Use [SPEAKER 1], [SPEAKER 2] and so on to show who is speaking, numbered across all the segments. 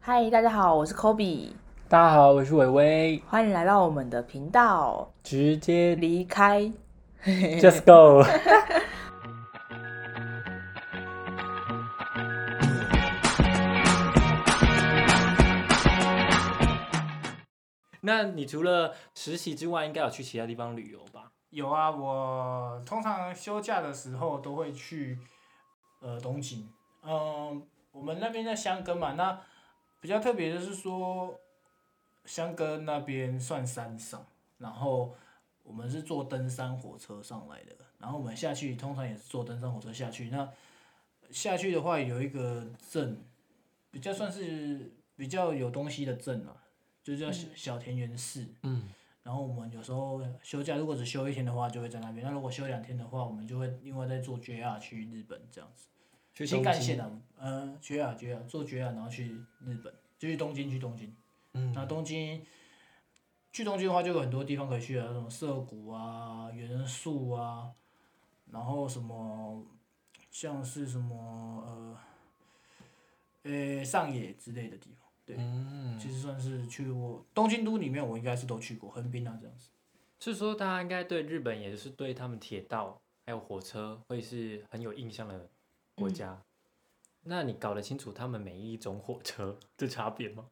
[SPEAKER 1] 嗨，大家好，我是 Kobe，
[SPEAKER 2] 大家好，我是伟伟，
[SPEAKER 1] 欢迎来到我们的频道。
[SPEAKER 2] 直 接
[SPEAKER 1] 离开，
[SPEAKER 2] just go。那你除了实习之外，应该有去其他地方旅游吧？
[SPEAKER 3] 有啊，我通常休假的时候都会去呃东京。嗯，我们那边在箱根嘛，那比较特别就是说，箱根那边算山上，然后我们是坐登山火车上来的，然后我们下去通常也是坐登山火车下去。那下去的话有一个镇，比较算是比较有东西的镇啊，就叫小小田园市。
[SPEAKER 2] 嗯，
[SPEAKER 3] 然后我们有时候休假，如果只休一天的话，就会在那边；那如果休两天的话，我们就会另外再坐 JR 去日本这样子。
[SPEAKER 2] 去
[SPEAKER 3] 新干线
[SPEAKER 2] 的。
[SPEAKER 3] 啊，呃，JR JR 坐 JR，然后去日本，就去东京，去东京。
[SPEAKER 2] 嗯，
[SPEAKER 3] 那东京去东京的话，就有很多地方可以去啊，什么涩谷啊、元素啊，然后什么像是什么呃，呃上野之类的地方。对，
[SPEAKER 2] 嗯，
[SPEAKER 3] 其实算是去过东京都里面，我应该是都去过，横滨啊这样子。
[SPEAKER 2] 是说大家应该对日本，也是对他们铁道还有火车，会是很有印象的国家。那你搞得清楚他们每一种火车的差别吗？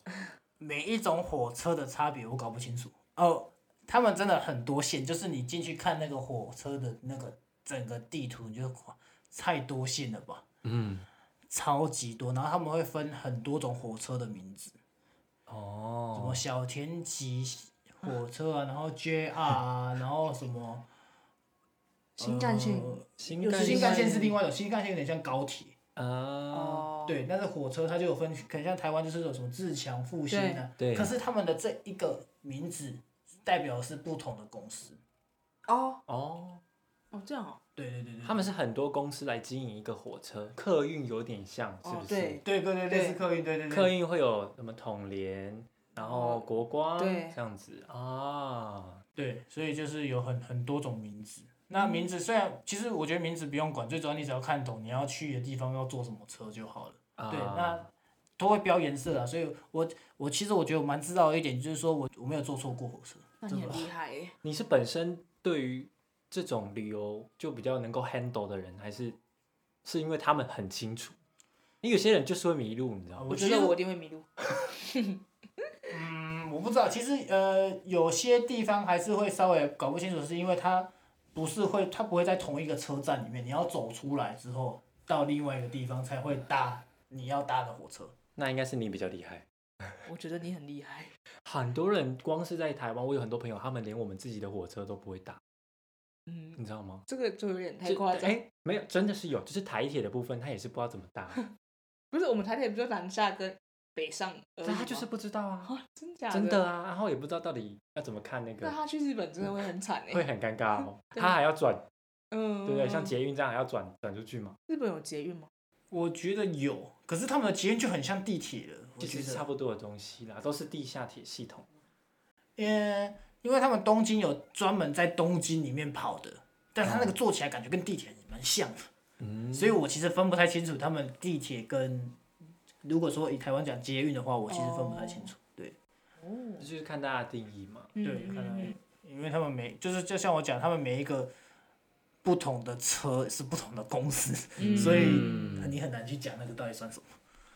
[SPEAKER 3] 每一种火车的差别我搞不清楚哦。他们真的很多线，就是你进去看那个火车的那个整个地图，你就哇，太多线了吧，
[SPEAKER 2] 嗯，
[SPEAKER 3] 超级多。然后他们会分很多种火车的名字，什
[SPEAKER 2] 哦，
[SPEAKER 3] 么小田急火车 啊，然后 JR 啊，然后什么
[SPEAKER 1] 新干线
[SPEAKER 3] 呃
[SPEAKER 2] 新
[SPEAKER 3] 有新干线是另外一种，新干线有点像高铁。
[SPEAKER 2] 啊，
[SPEAKER 1] 哦，
[SPEAKER 3] 对，但是火车它就有分，可能像台湾就是有什么自强复兴啊，
[SPEAKER 2] 对对
[SPEAKER 3] 可是他们的这一个名字代表的是不同的公司。
[SPEAKER 1] 哦，
[SPEAKER 2] 哦，
[SPEAKER 1] 哦，这样哦，
[SPEAKER 3] 对对对对，
[SPEAKER 2] 他们是很多公司来经营一个火车，客运有点像，是
[SPEAKER 1] 哦
[SPEAKER 2] 不是？
[SPEAKER 1] 对
[SPEAKER 3] 对对对
[SPEAKER 1] 对
[SPEAKER 3] 类似客运，对对
[SPEAKER 2] 客
[SPEAKER 3] 对。
[SPEAKER 2] 运会有什么统联，然
[SPEAKER 1] 哦
[SPEAKER 2] 后国光，
[SPEAKER 1] 对
[SPEAKER 2] 这样子啊，
[SPEAKER 3] 对，所以就是有很很多种名字。那名
[SPEAKER 2] 嗯
[SPEAKER 3] 字虽然，其实我觉得名字不用管，最主要你只要看懂你要去的地方要坐什么车就好了。
[SPEAKER 2] 啊
[SPEAKER 3] 对，那都会标颜色啊，所以我我其实我觉得我蛮知道的一点就是说我我没有坐错过火车，
[SPEAKER 1] 那你很厉害耶。
[SPEAKER 2] 你是本身对于这种旅游就比较能够 handle 的人，还是是因为他们很清楚？因为有些人就是会迷路，你知道吗？
[SPEAKER 3] 我
[SPEAKER 1] 我
[SPEAKER 3] 觉
[SPEAKER 1] 觉
[SPEAKER 3] 得
[SPEAKER 1] 得我一定会迷路。
[SPEAKER 3] 嗯，我不知道，其实呃，有些地方还是会稍微搞不清楚，是因为它不是会，它不会在同一个车站里面，你要走出来之后到另外一个地方才会搭你要搭的火车。
[SPEAKER 2] 那应该是你比较厉害。
[SPEAKER 1] 我觉得你很厉害。
[SPEAKER 2] 很多人光是在台湾，我有很多朋友，他们连我们自己的火车都不会搭，
[SPEAKER 1] 嗯，
[SPEAKER 2] 你知道吗？
[SPEAKER 1] 这个就有点太
[SPEAKER 2] 就
[SPEAKER 1] 夸张。
[SPEAKER 2] 哎，没有，真的是有，就是台铁的部分，他也是不知道怎么 搭，
[SPEAKER 1] 不是，我们台铁不就南下跟北上而已
[SPEAKER 2] 但
[SPEAKER 1] 吗？
[SPEAKER 2] 他就是不知道啊，
[SPEAKER 1] 啊，真假
[SPEAKER 2] 真的啊，然后也不知道到底要怎么看那
[SPEAKER 1] 那
[SPEAKER 2] 个，
[SPEAKER 1] 他去日本真的会很惨
[SPEAKER 2] 会
[SPEAKER 1] 哎。
[SPEAKER 2] 很尴尬哦。
[SPEAKER 1] 对
[SPEAKER 2] 他还要转，
[SPEAKER 1] 嗯，
[SPEAKER 2] 对不对？像捷运这样还要转转出去嘛，
[SPEAKER 1] 日本有捷运吗？
[SPEAKER 3] 我觉得有，可是他们的捷运就很像地铁了，我
[SPEAKER 2] 其
[SPEAKER 3] 觉
[SPEAKER 2] 实是差
[SPEAKER 3] 得，
[SPEAKER 2] 不多的东西啦，都是地下铁系统。
[SPEAKER 3] 嗯，因为他们东京有专门在东京里面跑的，但他那个坐起来感觉跟地铁蛮像的。
[SPEAKER 2] 嗯，
[SPEAKER 3] 所以我其实分不太清楚他们地铁跟，如果说以台湾讲捷运的话，我其实分不太清楚。对
[SPEAKER 1] 哦，
[SPEAKER 2] 这就是看大家的定义嘛。
[SPEAKER 1] 对
[SPEAKER 3] 对，
[SPEAKER 1] 嗯
[SPEAKER 2] 嗯
[SPEAKER 3] 可能因为他们每就是就像我讲，他们每一个不同的车是不同的公司，所以
[SPEAKER 2] 嗯
[SPEAKER 3] 你很难去讲那个到底算什么。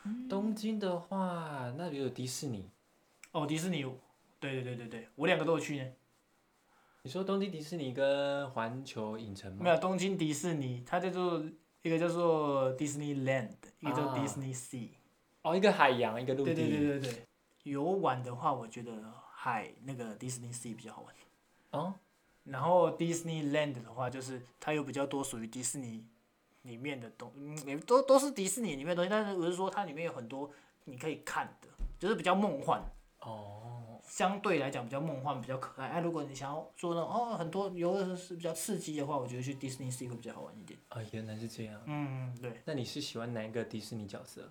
[SPEAKER 1] 嗯
[SPEAKER 2] 东京的话，那里有迪士尼。
[SPEAKER 3] 哦，迪士尼，对对对对对，我两个都有去呢。
[SPEAKER 2] 你说东京迪士尼跟环球影城
[SPEAKER 3] 没
[SPEAKER 2] 吗？
[SPEAKER 3] 有东京迪士尼，它叫做一个叫做 Disneyland，一个叫
[SPEAKER 2] 啊
[SPEAKER 3] Disney Sea。
[SPEAKER 2] 哦，一个海洋，一个陆地。
[SPEAKER 3] 对对对对对，游玩的话，我觉得海那个 Disney Sea 比较好玩。
[SPEAKER 2] 哦，
[SPEAKER 3] 然后 Disneyland 的话，就是它有比较多属于迪士尼里面的东，嗯，也都都是迪士尼里面的东西，但是我是说它里面有很多你可以看的，就是比较梦幻，
[SPEAKER 2] 哦，
[SPEAKER 3] 相对来讲比较梦幻，比较可爱。哎、如果你想要做那种哦很多游乐设施比较刺激的话，我觉得去 Disney Sea 会比较好玩一点。
[SPEAKER 2] 啊，原来是这样。
[SPEAKER 3] 嗯，对，
[SPEAKER 2] 那你是喜欢哪一个迪士尼角色？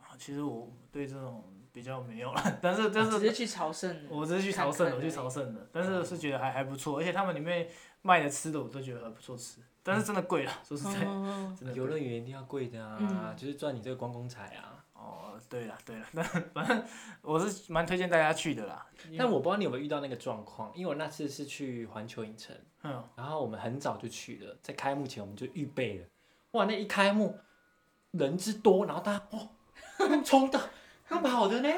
[SPEAKER 3] 啊其实我对这种比较没有了，但是但
[SPEAKER 1] 啊直
[SPEAKER 3] 是
[SPEAKER 1] 接去朝圣。
[SPEAKER 3] 我只是去朝圣
[SPEAKER 1] 看看
[SPEAKER 3] 的，我去朝圣的，但是是觉得还还不错，而且他们里面卖的吃的我都觉得还不错吃，但是真的贵了，说实在，
[SPEAKER 1] 嗯
[SPEAKER 3] 真的贵
[SPEAKER 2] 游乐园一定要贵的啊，
[SPEAKER 1] 嗯
[SPEAKER 2] 就是赚你这个观光财啊。
[SPEAKER 3] 哦，对啦对啦，那反正我是蛮推荐大家去的啦。
[SPEAKER 2] 但我不知道你有没有遇到那个状况，因为我那次是去环球影城，
[SPEAKER 3] 嗯，
[SPEAKER 2] 然后我们很早就去了，在开幕前我们就预备了。哇，那一开幕人之多，然后大家哦， 用冲的，用跑的呢。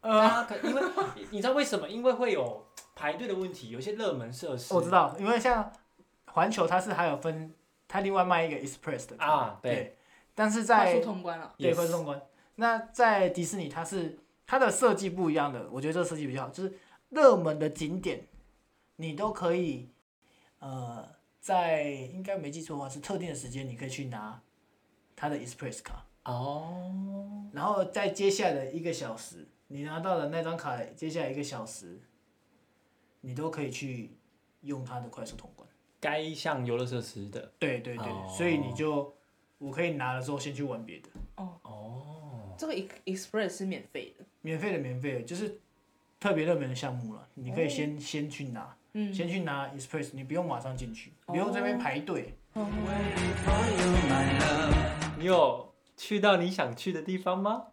[SPEAKER 3] 呃，
[SPEAKER 2] 大家可因为你你知道为什么？因为会有排队的问题，有些热门设施。
[SPEAKER 3] 我知道，因为像环球它是还有分，它另外卖一个 Express 的
[SPEAKER 2] 啊，
[SPEAKER 3] 对，
[SPEAKER 2] 对，
[SPEAKER 3] 但是
[SPEAKER 1] 快
[SPEAKER 3] 在
[SPEAKER 1] 速通关了。
[SPEAKER 3] 对
[SPEAKER 2] Yes
[SPEAKER 3] 快速通关。那在迪士尼，它是它的设计不一样的，我觉得这个设计比较好，就是热门的景点你都可以，呃，在应该没记错的话是特定的时间，你可以去拿它的 Express 卡，
[SPEAKER 2] 哦，
[SPEAKER 3] 然后在接下来的一个小时，你拿到的那张卡，接下来一个小时，你都可以去用它的快速通关。
[SPEAKER 2] 该项游乐设施的
[SPEAKER 3] 对对对，
[SPEAKER 2] 哦
[SPEAKER 3] 所以你就我可以拿了之后先去玩别的，
[SPEAKER 2] 哦，
[SPEAKER 1] 这个 Ex- Express 是免费的，
[SPEAKER 3] 免费的免费的，就是特别热门的项目了，你可以先、先去拿，
[SPEAKER 1] 哦嗯，
[SPEAKER 3] 先去拿 Express，你不用马上进去，
[SPEAKER 1] 哦
[SPEAKER 3] 不用这边排队。
[SPEAKER 2] 你有去到你想去的地方吗？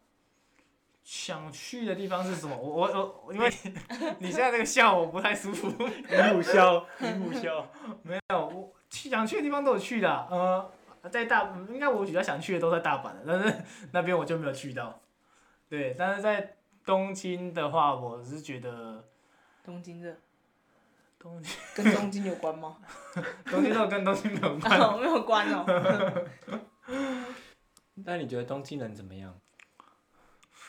[SPEAKER 3] 想去的地方是什么？我我 我，因为你现在这个笑我不太舒 服。
[SPEAKER 2] 一母笑，一母笑，
[SPEAKER 3] 没有，我去想去的地方都有去的啊，呃，在大应该我比较想去的都在大阪的，但是那边我就没有去到。对，但是在东京的话，我是觉得
[SPEAKER 1] 东京这
[SPEAKER 3] 东
[SPEAKER 1] 跟东京有关吗？
[SPEAKER 3] 东京都跟东京没有 关。
[SPEAKER 1] 哦，没有关 哦，
[SPEAKER 2] 那你觉得东京人怎么样？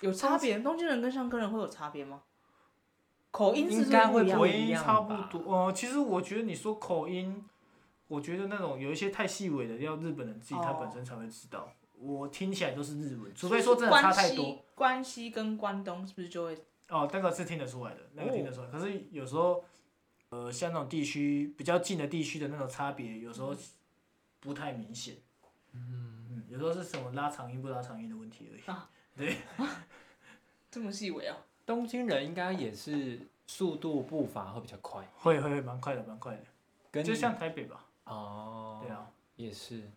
[SPEAKER 1] 有差别。东京人跟上根人会有差别吗？口音是
[SPEAKER 2] 应该会
[SPEAKER 1] 不是
[SPEAKER 2] 不
[SPEAKER 1] 不
[SPEAKER 2] 会
[SPEAKER 1] 一样
[SPEAKER 3] 音
[SPEAKER 2] 样
[SPEAKER 3] 差不
[SPEAKER 2] 吧
[SPEAKER 3] 多。哦、其实我觉得你说口音，我觉得那种有一些太细微的，要日本人自己他
[SPEAKER 1] 哦
[SPEAKER 3] 本身才会知道。我听起来都是日文，除非说真的差太多。。
[SPEAKER 1] 关西跟关东是不是就会
[SPEAKER 3] 哦，那个是听得出来的，那个听得出来。
[SPEAKER 2] 哦
[SPEAKER 3] 可是有时候，呃，像那种地区比较近的地区的那种差别，有
[SPEAKER 2] 嗯
[SPEAKER 3] 时候不太明显。嗯有时候是什么拉长音不拉长音的问题而
[SPEAKER 2] 啊
[SPEAKER 3] 已。
[SPEAKER 1] 这么细微啊？
[SPEAKER 2] 东京人应该也是速度步伐会比较快，
[SPEAKER 3] 会会会，蛮快的，蛮快的。
[SPEAKER 2] 跟
[SPEAKER 3] 就像台北吧，
[SPEAKER 2] 哦，
[SPEAKER 3] 对啊，
[SPEAKER 2] 也是。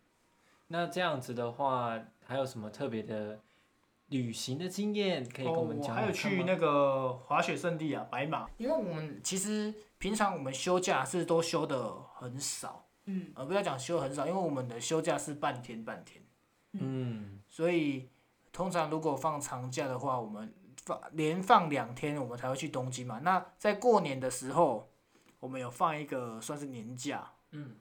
[SPEAKER 2] 那这样子的话，还有什么特别的旅行的经验可以跟
[SPEAKER 3] 哦，
[SPEAKER 2] 我们讲
[SPEAKER 3] 还有
[SPEAKER 2] 讲看
[SPEAKER 3] 去
[SPEAKER 2] 吗
[SPEAKER 3] 那个滑雪圣地啊，白马。因为我们其实平常我们休假是都休的很少，
[SPEAKER 1] 嗯，
[SPEAKER 3] 呃，不要讲休得很少，因为我们的休假是半天半天。
[SPEAKER 2] 嗯，
[SPEAKER 3] 所以通常如果放长假的话，我们放连放两天，我们才会去东京嘛。那在过年的时候，我们有放一个算是年假，
[SPEAKER 2] 嗯，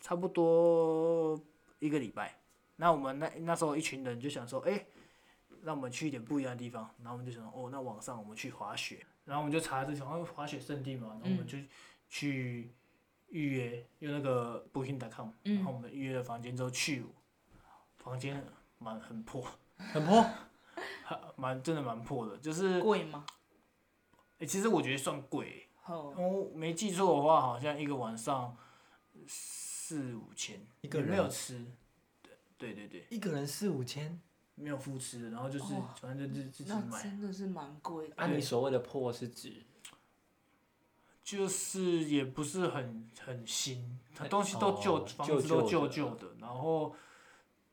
[SPEAKER 3] 差不多一个礼拜。那我们那那时候一群人就想说，哎、那我们去一点不一样的地方。然后我们就想，哦，那晚上我们去滑雪。然后我们就查这种哦滑雪圣地嘛，然后
[SPEAKER 2] 嗯
[SPEAKER 3] 我们就去预约，用那个 Booking.com，、
[SPEAKER 1] 嗯
[SPEAKER 3] 然后我们预约了房间之后去，房间蛮很破，
[SPEAKER 2] 很 破，
[SPEAKER 3] 蛮真的蛮破的，就是、
[SPEAKER 1] 贵吗？
[SPEAKER 3] 诶其实我觉得算贵、
[SPEAKER 1] 哦，
[SPEAKER 3] 我没记错的话，好像一个晚上四五千，
[SPEAKER 2] 一个人
[SPEAKER 3] 没有吃，对对对对，
[SPEAKER 2] 一个人四五千。
[SPEAKER 3] 没有付吃的，然后就是、
[SPEAKER 1] 哦
[SPEAKER 3] 反正就自自己
[SPEAKER 1] 那
[SPEAKER 3] 买，
[SPEAKER 1] 真的是蛮贵的。
[SPEAKER 2] 啊，你所谓的破是指
[SPEAKER 3] 就是也不是很很新，它东西都旧，
[SPEAKER 2] 哦
[SPEAKER 3] 房子都
[SPEAKER 2] 旧
[SPEAKER 3] 旧
[SPEAKER 2] 旧
[SPEAKER 3] 旧的，然后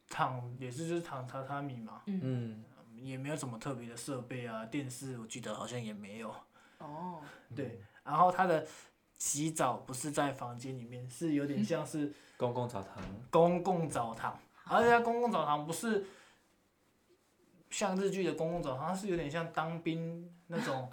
[SPEAKER 3] 躺也是就是躺榻榻米嘛，
[SPEAKER 2] 嗯，
[SPEAKER 3] 也没有什么特别的设备啊，电视我记得好像也没有，
[SPEAKER 1] 哦，
[SPEAKER 3] 对，
[SPEAKER 2] 嗯
[SPEAKER 3] 然后它的洗澡不是在房间里面，是有点像是
[SPEAKER 2] 公共澡堂
[SPEAKER 3] 公共澡堂，而且它公共澡堂不是像日剧的公共澡堂，它是有点像当兵那种，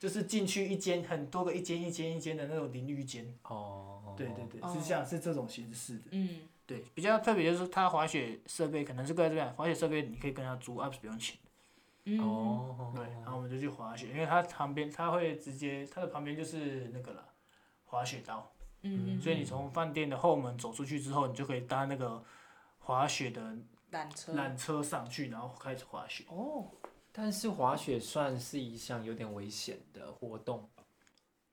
[SPEAKER 3] 就是进去一间很多个一间一间一间的那种淋浴间。
[SPEAKER 2] 哦，
[SPEAKER 3] 对对对，
[SPEAKER 1] 哦
[SPEAKER 3] 是像是这种形式的。
[SPEAKER 1] 嗯，
[SPEAKER 3] 对，比较特别就是它滑雪设备可能是贵在这边，滑雪设备你可以跟他租，而不是不用钱。
[SPEAKER 1] 嗯，
[SPEAKER 2] 哦，
[SPEAKER 3] 对，然后我们就去滑雪，因为它旁边它会直接它的旁边就是那个了，滑雪道。
[SPEAKER 1] 嗯，
[SPEAKER 3] 所以你从饭店的后门走出去之后，你就可以搭那个滑雪的
[SPEAKER 1] 缆车，
[SPEAKER 3] 缆车上去，然后开始滑雪。
[SPEAKER 1] 哦，
[SPEAKER 2] 但是滑雪算是一项有点危险的活动吧？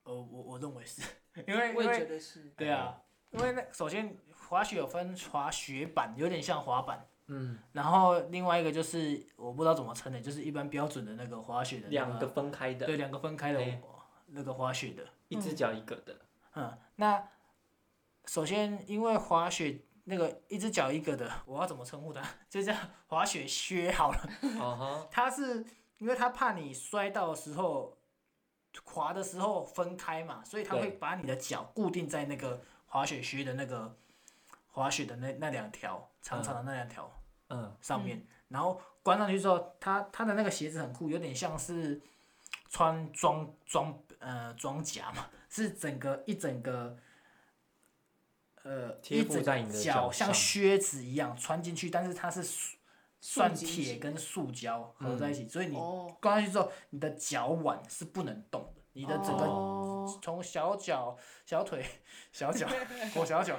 [SPEAKER 3] 呃，我我认为是 因为因
[SPEAKER 1] 我也觉
[SPEAKER 3] 为
[SPEAKER 1] 得是，
[SPEAKER 3] 对啊，因为那首先滑雪有分滑雪板，有点像滑板，
[SPEAKER 2] 嗯，
[SPEAKER 3] 然后另外一个就是我不知道怎么称的，就是一般标准的那个滑雪的那
[SPEAKER 2] 两个分开的，
[SPEAKER 3] 对两个分开的
[SPEAKER 2] 哎
[SPEAKER 3] 那个滑雪的，
[SPEAKER 2] 一只脚一个的，
[SPEAKER 3] 嗯，那首先因为滑雪那个一只脚一个的，我要怎么称呼它？ 就叫滑雪靴好了。
[SPEAKER 2] 啊哈，
[SPEAKER 3] 它是因为它怕你摔到的时候，滑的时候分开嘛，所以它会
[SPEAKER 2] 对
[SPEAKER 3] 把你的脚固定在那个滑雪靴的那个滑雪的那那两条长长的那两条
[SPEAKER 2] 嗯，
[SPEAKER 3] 上面，然后关上去之后，它它的那个鞋子很酷，有点像是穿装装呃装甲嘛， 是整个一整个呃
[SPEAKER 2] 贴
[SPEAKER 3] 一
[SPEAKER 2] 附
[SPEAKER 3] 整
[SPEAKER 2] 在
[SPEAKER 3] 个
[SPEAKER 2] 你的
[SPEAKER 3] 脚
[SPEAKER 2] 脚
[SPEAKER 3] 像
[SPEAKER 2] 上
[SPEAKER 3] 靴子一样穿进去，但是它是塑算
[SPEAKER 1] 塑形
[SPEAKER 3] 铁跟塑胶合在一起，
[SPEAKER 2] 嗯
[SPEAKER 3] 所以你
[SPEAKER 1] 哦，
[SPEAKER 3] 关上去之后，你的脚腕是不能动的，你的整个
[SPEAKER 1] 哦
[SPEAKER 3] 从小脚、小腿、小 脚、我小脚，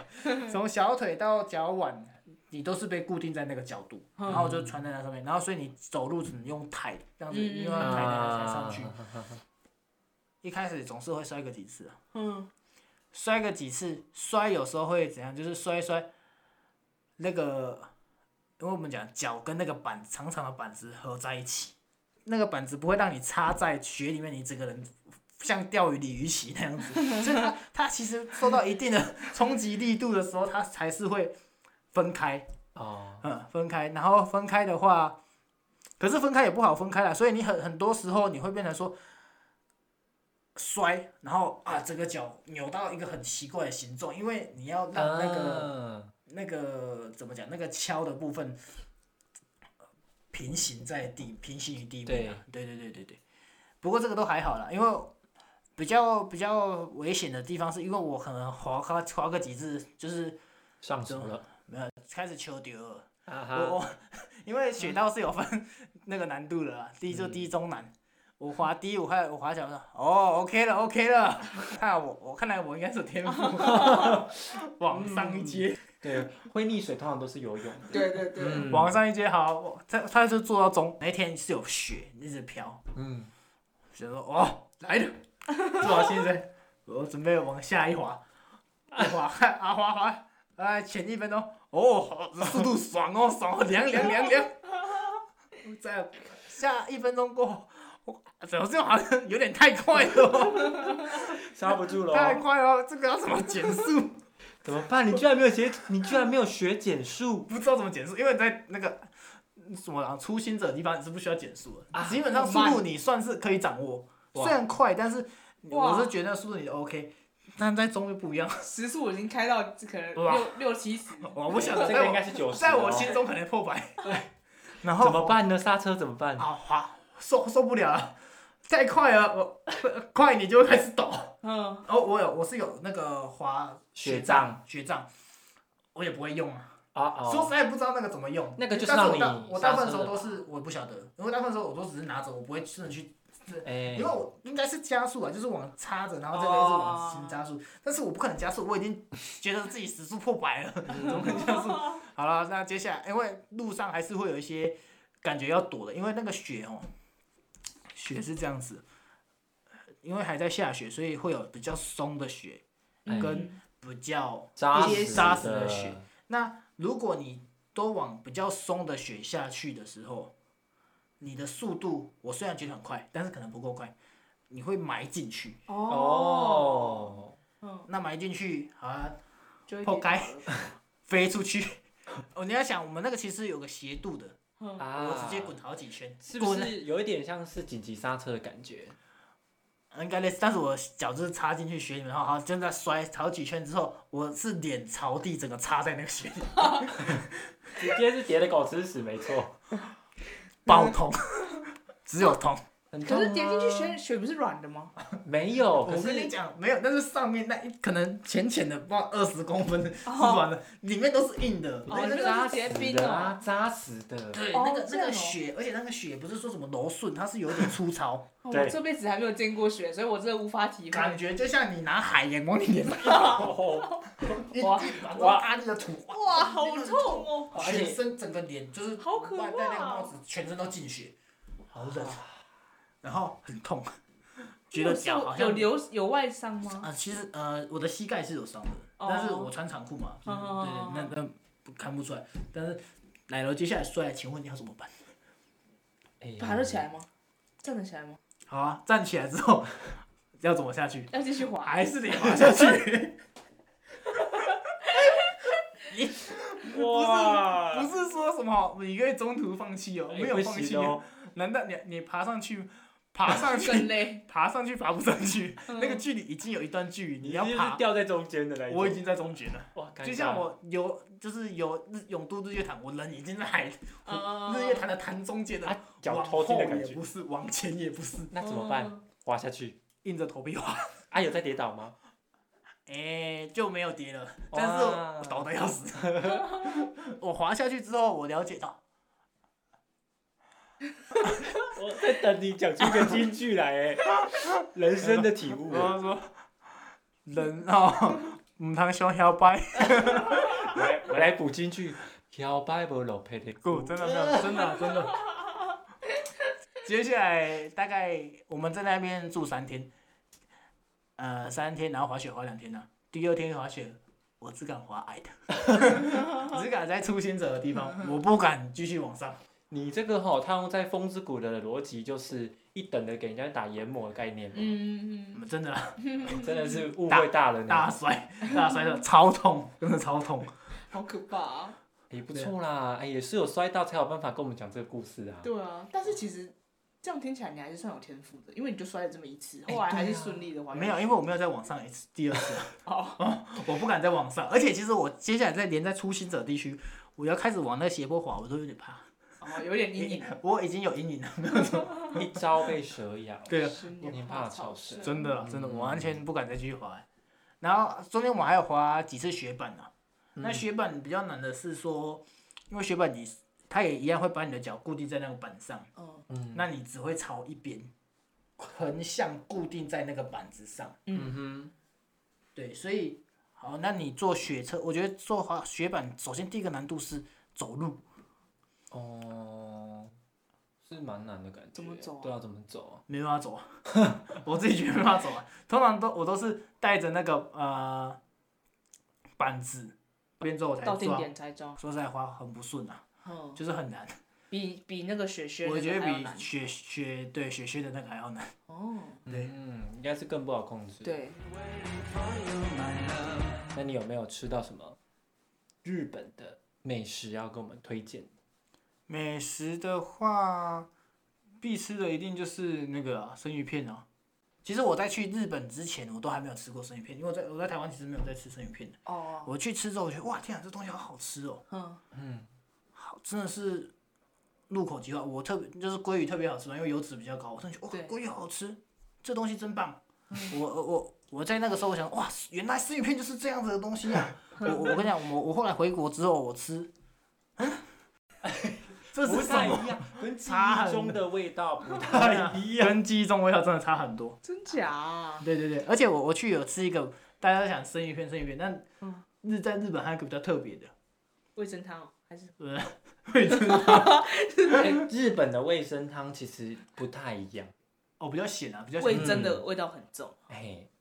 [SPEAKER 3] 从小腿到脚腕，你都是被固定在那个角度，
[SPEAKER 1] 嗯
[SPEAKER 3] 然后就穿在那上面，然后所以你走路只能用抬，这样子，
[SPEAKER 1] 嗯嗯嗯
[SPEAKER 3] 因为抬抬抬上去
[SPEAKER 2] 啊。
[SPEAKER 3] 一开始总是会摔个几次啊，
[SPEAKER 1] 嗯，
[SPEAKER 3] 摔个几次，摔有时候会怎样？就是摔一摔，那个，因为我们讲脚跟那个板长长的板子合在一起，那个板子不会让你插在雪里面，你整个人像钓鱼鲤鱼鳍那样子， 所以它它其实受到一定的冲击力度的时候，它才是会分开，
[SPEAKER 2] 哦，
[SPEAKER 3] 嗯，分开，然后分开的话，可是分开也不好分开啦，所以你很很多时候你会变成说。摔，然后啊，整个脚扭到一个很奇怪的形状，因为你要让那个、
[SPEAKER 2] 个
[SPEAKER 3] 那个怎么讲？那个敲的部分呃平行在地，平行于地面、啊。对对对对对。不过这个都还好啦，因为比较比较危险的地方，是因为我可能滑滑滑个几次，就是
[SPEAKER 2] 上手了，
[SPEAKER 3] 没有开始求丢了。
[SPEAKER 2] 啊
[SPEAKER 3] 我
[SPEAKER 2] 哈，
[SPEAKER 3] 我因为雪道是有分那个难度的啦，低就
[SPEAKER 2] 嗯
[SPEAKER 3] 低中难。我滑低，我看我滑起来我说哦，OK 了，OK 了。 看来我我看来我应该是有天赋，往上一阶。
[SPEAKER 2] 嗯对，会溺水通常都是游泳的，
[SPEAKER 1] 对对对，
[SPEAKER 2] 嗯
[SPEAKER 3] 往上一阶好，我他他就坐到中那天是有雪一直飘，
[SPEAKER 2] 嗯，
[SPEAKER 3] 想说哦来 了，做好先生，我准备往下一滑，一滑 啊滑滑，啊前一分钟哦好速度爽哦爽哦凉凉凉凉，再下一分钟过后，我啊怎么这好像有点太快了 哦，
[SPEAKER 2] 刹不住了
[SPEAKER 3] 太
[SPEAKER 2] 哦，
[SPEAKER 3] 快了哦，这个要怎么减速？
[SPEAKER 2] 怎么办？你居然没有学，你居然没有学减速，
[SPEAKER 3] 不知道怎么减速，因为你在那个什么啊，初心者的地方你是不需要减速的，
[SPEAKER 2] 啊
[SPEAKER 3] 基本上速度你算是可以掌握，
[SPEAKER 2] 哇
[SPEAKER 3] 虽然快，但是
[SPEAKER 1] 哇
[SPEAKER 3] 我是觉得速度你 OK，但在中就不一样。
[SPEAKER 1] 时速我已经开到可能
[SPEAKER 3] 哇
[SPEAKER 1] 六六七十，
[SPEAKER 3] 我 不晓得，
[SPEAKER 2] 哦这
[SPEAKER 3] 在
[SPEAKER 2] 个应
[SPEAKER 3] 我
[SPEAKER 2] 该是九十，哦
[SPEAKER 3] 在我心中可能破百。然后
[SPEAKER 2] 怎么？办呢？刹车怎么办？
[SPEAKER 3] 啊，滑受受不了了，太快了，我快你就会开始抖。
[SPEAKER 1] 嗯，
[SPEAKER 3] 哦，我有我是有那个滑
[SPEAKER 2] 雪
[SPEAKER 3] 杖，雪杖我也不会用啊。
[SPEAKER 2] 啊啊，
[SPEAKER 3] 说实在不知道那个怎么用，
[SPEAKER 2] 那个就是
[SPEAKER 3] 但
[SPEAKER 2] 让
[SPEAKER 3] 是我大
[SPEAKER 2] 你
[SPEAKER 3] 我大部分
[SPEAKER 2] 刹
[SPEAKER 3] 时
[SPEAKER 2] 车
[SPEAKER 3] 候
[SPEAKER 2] 的
[SPEAKER 3] 都是我不晓得，因为大部分时候我都只是拿着，我不会真的去，
[SPEAKER 2] 哎
[SPEAKER 3] 因为，我应该是加速啊，就是往插着，然后这个一直往
[SPEAKER 2] 哦
[SPEAKER 3] 前加速，但是我不可能加速，我已经觉得自己时速破百了， 怎么可能加速？
[SPEAKER 2] 嗯
[SPEAKER 3] 好了，那接下来因为路上还是会有一些感觉要躲的，因为那个雪哦，雪是这样子，因为还在下雪，所以会有比较松的雪
[SPEAKER 1] 嗯
[SPEAKER 2] 哎
[SPEAKER 3] 跟比较
[SPEAKER 2] 扎
[SPEAKER 3] 一些
[SPEAKER 2] 实
[SPEAKER 3] 扎实的雪，那如果你都往比较松的雪下去的时候，你的速度我虽然觉得很快，但是可能不够快，你会埋进去。
[SPEAKER 1] 哦，
[SPEAKER 2] 哦。
[SPEAKER 1] 嗯，
[SPEAKER 3] 那埋进去好啊，
[SPEAKER 1] 就会
[SPEAKER 3] 破开
[SPEAKER 1] 跌倒了，
[SPEAKER 3] 飞出去。 哦，你要想，我们那个其实有个斜度的，
[SPEAKER 1] 嗯，
[SPEAKER 2] 啊，
[SPEAKER 3] 我直接滚好几圈，
[SPEAKER 2] 是不
[SPEAKER 3] 滚？
[SPEAKER 2] 是有一点像是紧急刹车的感觉？
[SPEAKER 3] 应该类似，但是我脚就是插进去雪里面，然后好就在摔好几圈之后，我是脸朝地，整个插在那个雪里，
[SPEAKER 2] 直接是跌的狗吃屎，没错。
[SPEAKER 3] 爆痛， 只有痛。
[SPEAKER 2] 很
[SPEAKER 1] 可是
[SPEAKER 2] 痛
[SPEAKER 1] 跌进去
[SPEAKER 3] 嗯
[SPEAKER 2] 吗
[SPEAKER 1] 雪雪不是软的吗？
[SPEAKER 2] 没有，可
[SPEAKER 3] 哦我跟你
[SPEAKER 2] 是
[SPEAKER 3] 讲，没有，那是上面那一可能浅浅的，不知道二十公分的是软的，里面都是硬的。
[SPEAKER 1] 哦
[SPEAKER 3] 那
[SPEAKER 1] 那
[SPEAKER 3] 个
[SPEAKER 1] 个
[SPEAKER 2] 扎
[SPEAKER 1] 是结
[SPEAKER 2] 实
[SPEAKER 1] 冰
[SPEAKER 2] 的
[SPEAKER 1] 哦
[SPEAKER 2] 啊，扎实的。
[SPEAKER 3] 对，
[SPEAKER 1] 哦
[SPEAKER 3] 那个
[SPEAKER 1] 这
[SPEAKER 3] 那
[SPEAKER 1] 样哦
[SPEAKER 3] 个血，而且那个血不是说什么柔顺，它是有点 粗糙，
[SPEAKER 1] 哦
[SPEAKER 2] 对
[SPEAKER 1] 我这辈子还没有见过雪，所以我真的无法体
[SPEAKER 3] 感
[SPEAKER 1] 会。
[SPEAKER 3] 觉就像你拿海盐往你脸上
[SPEAKER 2] 哦
[SPEAKER 3] 一
[SPEAKER 2] 哇
[SPEAKER 3] 滴，然后大力的吐，
[SPEAKER 1] 哇，好痛！哦！
[SPEAKER 2] 而且
[SPEAKER 3] 全身整个脸就是
[SPEAKER 1] 好可
[SPEAKER 3] 戴戴那个
[SPEAKER 1] 怕
[SPEAKER 3] 帽子，全身都进血，好冷，
[SPEAKER 2] 啊
[SPEAKER 3] 然后很 痛，觉得脚好
[SPEAKER 1] 有
[SPEAKER 3] 像
[SPEAKER 1] 流有外伤吗？
[SPEAKER 3] 啊，其实呃，我的膝盖是有伤的，
[SPEAKER 1] 哦
[SPEAKER 3] 但是我穿长裤嘛，就是
[SPEAKER 1] 哦
[SPEAKER 3] 对对，那那不看不出来。但是奶油接下来摔，请问你要怎么办？
[SPEAKER 2] 哎
[SPEAKER 1] 爬得起来吗？站得起来吗？
[SPEAKER 3] 好啊，站起来之后 要怎么下去？
[SPEAKER 1] 要继续滑？
[SPEAKER 3] 还是得滑下去。你
[SPEAKER 2] 哇，
[SPEAKER 3] 不是说什么你可以中途放弃哦，
[SPEAKER 2] 哎
[SPEAKER 3] 没有
[SPEAKER 2] 不
[SPEAKER 3] 放
[SPEAKER 2] 行
[SPEAKER 3] 弃
[SPEAKER 2] 的
[SPEAKER 3] 哦
[SPEAKER 2] 哦。
[SPEAKER 3] 难道你你爬上 去，爬上
[SPEAKER 1] 更
[SPEAKER 3] 去，
[SPEAKER 1] 累。
[SPEAKER 3] 爬上去爬不上去？
[SPEAKER 1] 嗯
[SPEAKER 3] 那个距离已经有一段距离，你
[SPEAKER 2] 你
[SPEAKER 3] 要
[SPEAKER 2] 就是
[SPEAKER 3] 爬，
[SPEAKER 2] 掉在中间的那一种
[SPEAKER 3] 我已经在中间了。
[SPEAKER 2] 哇，尴尬
[SPEAKER 3] 就像我游，就是游日永渡日月潭，我人已经在海
[SPEAKER 1] 啊
[SPEAKER 3] 日月潭的潭中间了，
[SPEAKER 2] 嗯啊脚
[SPEAKER 3] 往
[SPEAKER 2] 抽筋的
[SPEAKER 3] 后
[SPEAKER 2] 感
[SPEAKER 3] 也
[SPEAKER 2] 觉，
[SPEAKER 3] 不是，往前也不是，
[SPEAKER 2] 那怎么办？？滑下去
[SPEAKER 3] 硬着头皮滑。
[SPEAKER 2] 啊？有在跌倒吗？
[SPEAKER 3] 哎、就没有跌了，但是
[SPEAKER 2] 哇
[SPEAKER 3] 我倒的要死。我滑下去之后，我了解到，
[SPEAKER 2] 我在等你讲出一个金句来，哎，人生的体悟哎
[SPEAKER 3] 我， 要说，人哦， 唔通想摇摆，
[SPEAKER 2] 我来我来补金句，摇摆不落配的
[SPEAKER 3] 不，真的没有，真的真的。接下来大概我们在那边住三天，呃，三天，然后滑雪滑两天呢、第二天滑雪，我只敢滑矮的，只敢在初心者的地方，我不敢继续往上。
[SPEAKER 2] 你这个吼，他用在风之谷的逻辑就是一等的给人家打研磨的概念，
[SPEAKER 1] 嗯嗯
[SPEAKER 3] 真的啦
[SPEAKER 2] 你真的是误会大了
[SPEAKER 3] 大
[SPEAKER 2] 呢。
[SPEAKER 3] 摔，大摔的超痛，真的超痛。
[SPEAKER 1] 嗯，好可怕啊！
[SPEAKER 2] 也不错啦，哎，也是有摔到才有办法跟我们讲这个故事啊。
[SPEAKER 1] 对啊，但是其实这样听起来你还是算有天赋的，因为你就摔了这么一次，
[SPEAKER 2] 哎
[SPEAKER 1] 后来还
[SPEAKER 2] 对
[SPEAKER 1] 是
[SPEAKER 2] 啊
[SPEAKER 1] 顺利的
[SPEAKER 3] 我
[SPEAKER 1] 完。
[SPEAKER 3] 没有，因为我没有在网上一次第二次啊，
[SPEAKER 1] 哦，
[SPEAKER 3] 我不敢在网上，而且其实我接下来再连在初心者地区，我要开始往那个斜坡滑，我都有点怕，
[SPEAKER 1] 哦，有点阴影。哦
[SPEAKER 3] 我已经有阴影了。
[SPEAKER 2] 一朝被蛇咬，
[SPEAKER 3] 对啊，
[SPEAKER 1] 十
[SPEAKER 2] 我
[SPEAKER 1] 年
[SPEAKER 2] 怕
[SPEAKER 1] 怕
[SPEAKER 2] 草
[SPEAKER 1] 草
[SPEAKER 2] 蛇
[SPEAKER 1] 蛇
[SPEAKER 3] 真的啦
[SPEAKER 2] 嗯
[SPEAKER 3] 真的，我完全不敢再继续滑欸。然后中间我还有滑几次雪板呢、啊
[SPEAKER 2] 嗯
[SPEAKER 3] 那雪板比较难的是说，因为雪板你它也一样会把你的脚固定在那个板上，
[SPEAKER 1] 嗯
[SPEAKER 2] 嗯
[SPEAKER 3] 那你只会朝一边，横向固定在那个板子上。
[SPEAKER 2] 嗯哼，
[SPEAKER 3] 对，所以好，那你坐雪车，我觉得坐滑雪板，首先第一个难度是走路，
[SPEAKER 2] 哦，是蛮难的感觉。
[SPEAKER 1] 怎么走啊
[SPEAKER 2] 对啊，怎么走啊？
[SPEAKER 3] 没办法走啊， 我自己觉得没办法走啊。通常都我都是带着那个呃板子，边之后我才
[SPEAKER 1] 到定
[SPEAKER 3] 抓。
[SPEAKER 1] 点才装。
[SPEAKER 3] 说实在话，很不顺啊，
[SPEAKER 1] 嗯，
[SPEAKER 3] 就是很难。
[SPEAKER 1] 比比那个雪靴那
[SPEAKER 3] 我
[SPEAKER 1] 个
[SPEAKER 3] 觉得
[SPEAKER 1] 还要
[SPEAKER 3] 比
[SPEAKER 1] 难
[SPEAKER 3] 雪雪对雪靴的那个还要难。
[SPEAKER 1] 哦，
[SPEAKER 3] 对
[SPEAKER 2] 嗯，应该是更不好控制。，
[SPEAKER 1] 对，啊
[SPEAKER 2] 那你有没有吃到什么日本的美食要跟我们推荐？
[SPEAKER 3] 美食的话，必吃的一定就是那个啊、生鱼片啊。其实我在去日本之前，我都还没有吃过生鱼片，因为我在我在台湾其实没有在吃生鱼片的。
[SPEAKER 1] 哦，
[SPEAKER 3] 我去吃之后，我觉得哇天啊，这东西好好吃哦，
[SPEAKER 1] 嗯，
[SPEAKER 3] 好真的是入口即化。我特别就是鲑鱼特别好吃嘛，因为油脂比较高，我真的觉得哇
[SPEAKER 1] 对嗯
[SPEAKER 3] 鲑鱼好好吃，这东西真棒。我我我我在那个时候我想哇，原来生鱼片就是这样子的东西 啊。我我我跟你讲，我我后来回国之后我吃，嗯， 这
[SPEAKER 2] 不
[SPEAKER 3] 是什
[SPEAKER 2] 太
[SPEAKER 3] 么？
[SPEAKER 2] 一样，跟记
[SPEAKER 3] 差
[SPEAKER 2] 忆
[SPEAKER 3] 很
[SPEAKER 2] 中的味道不
[SPEAKER 3] 对
[SPEAKER 2] 太
[SPEAKER 3] 啊
[SPEAKER 2] 一样。
[SPEAKER 3] 跟记忆中味道真的差很多。
[SPEAKER 1] 真假啊？
[SPEAKER 3] 对对对，而且我我去有吃一个，大家都想生鱼片生鱼片，但
[SPEAKER 1] 嗯
[SPEAKER 3] 日在日本还有一个比较特别的，
[SPEAKER 1] 味噌汤哦还是
[SPEAKER 3] 味噌汤
[SPEAKER 2] 哎日本的味噌汤其实不太一样，
[SPEAKER 3] 哦，比较咸啊，比较
[SPEAKER 1] 味
[SPEAKER 3] 咸。
[SPEAKER 1] 噌的味道很重
[SPEAKER 2] 哎、啊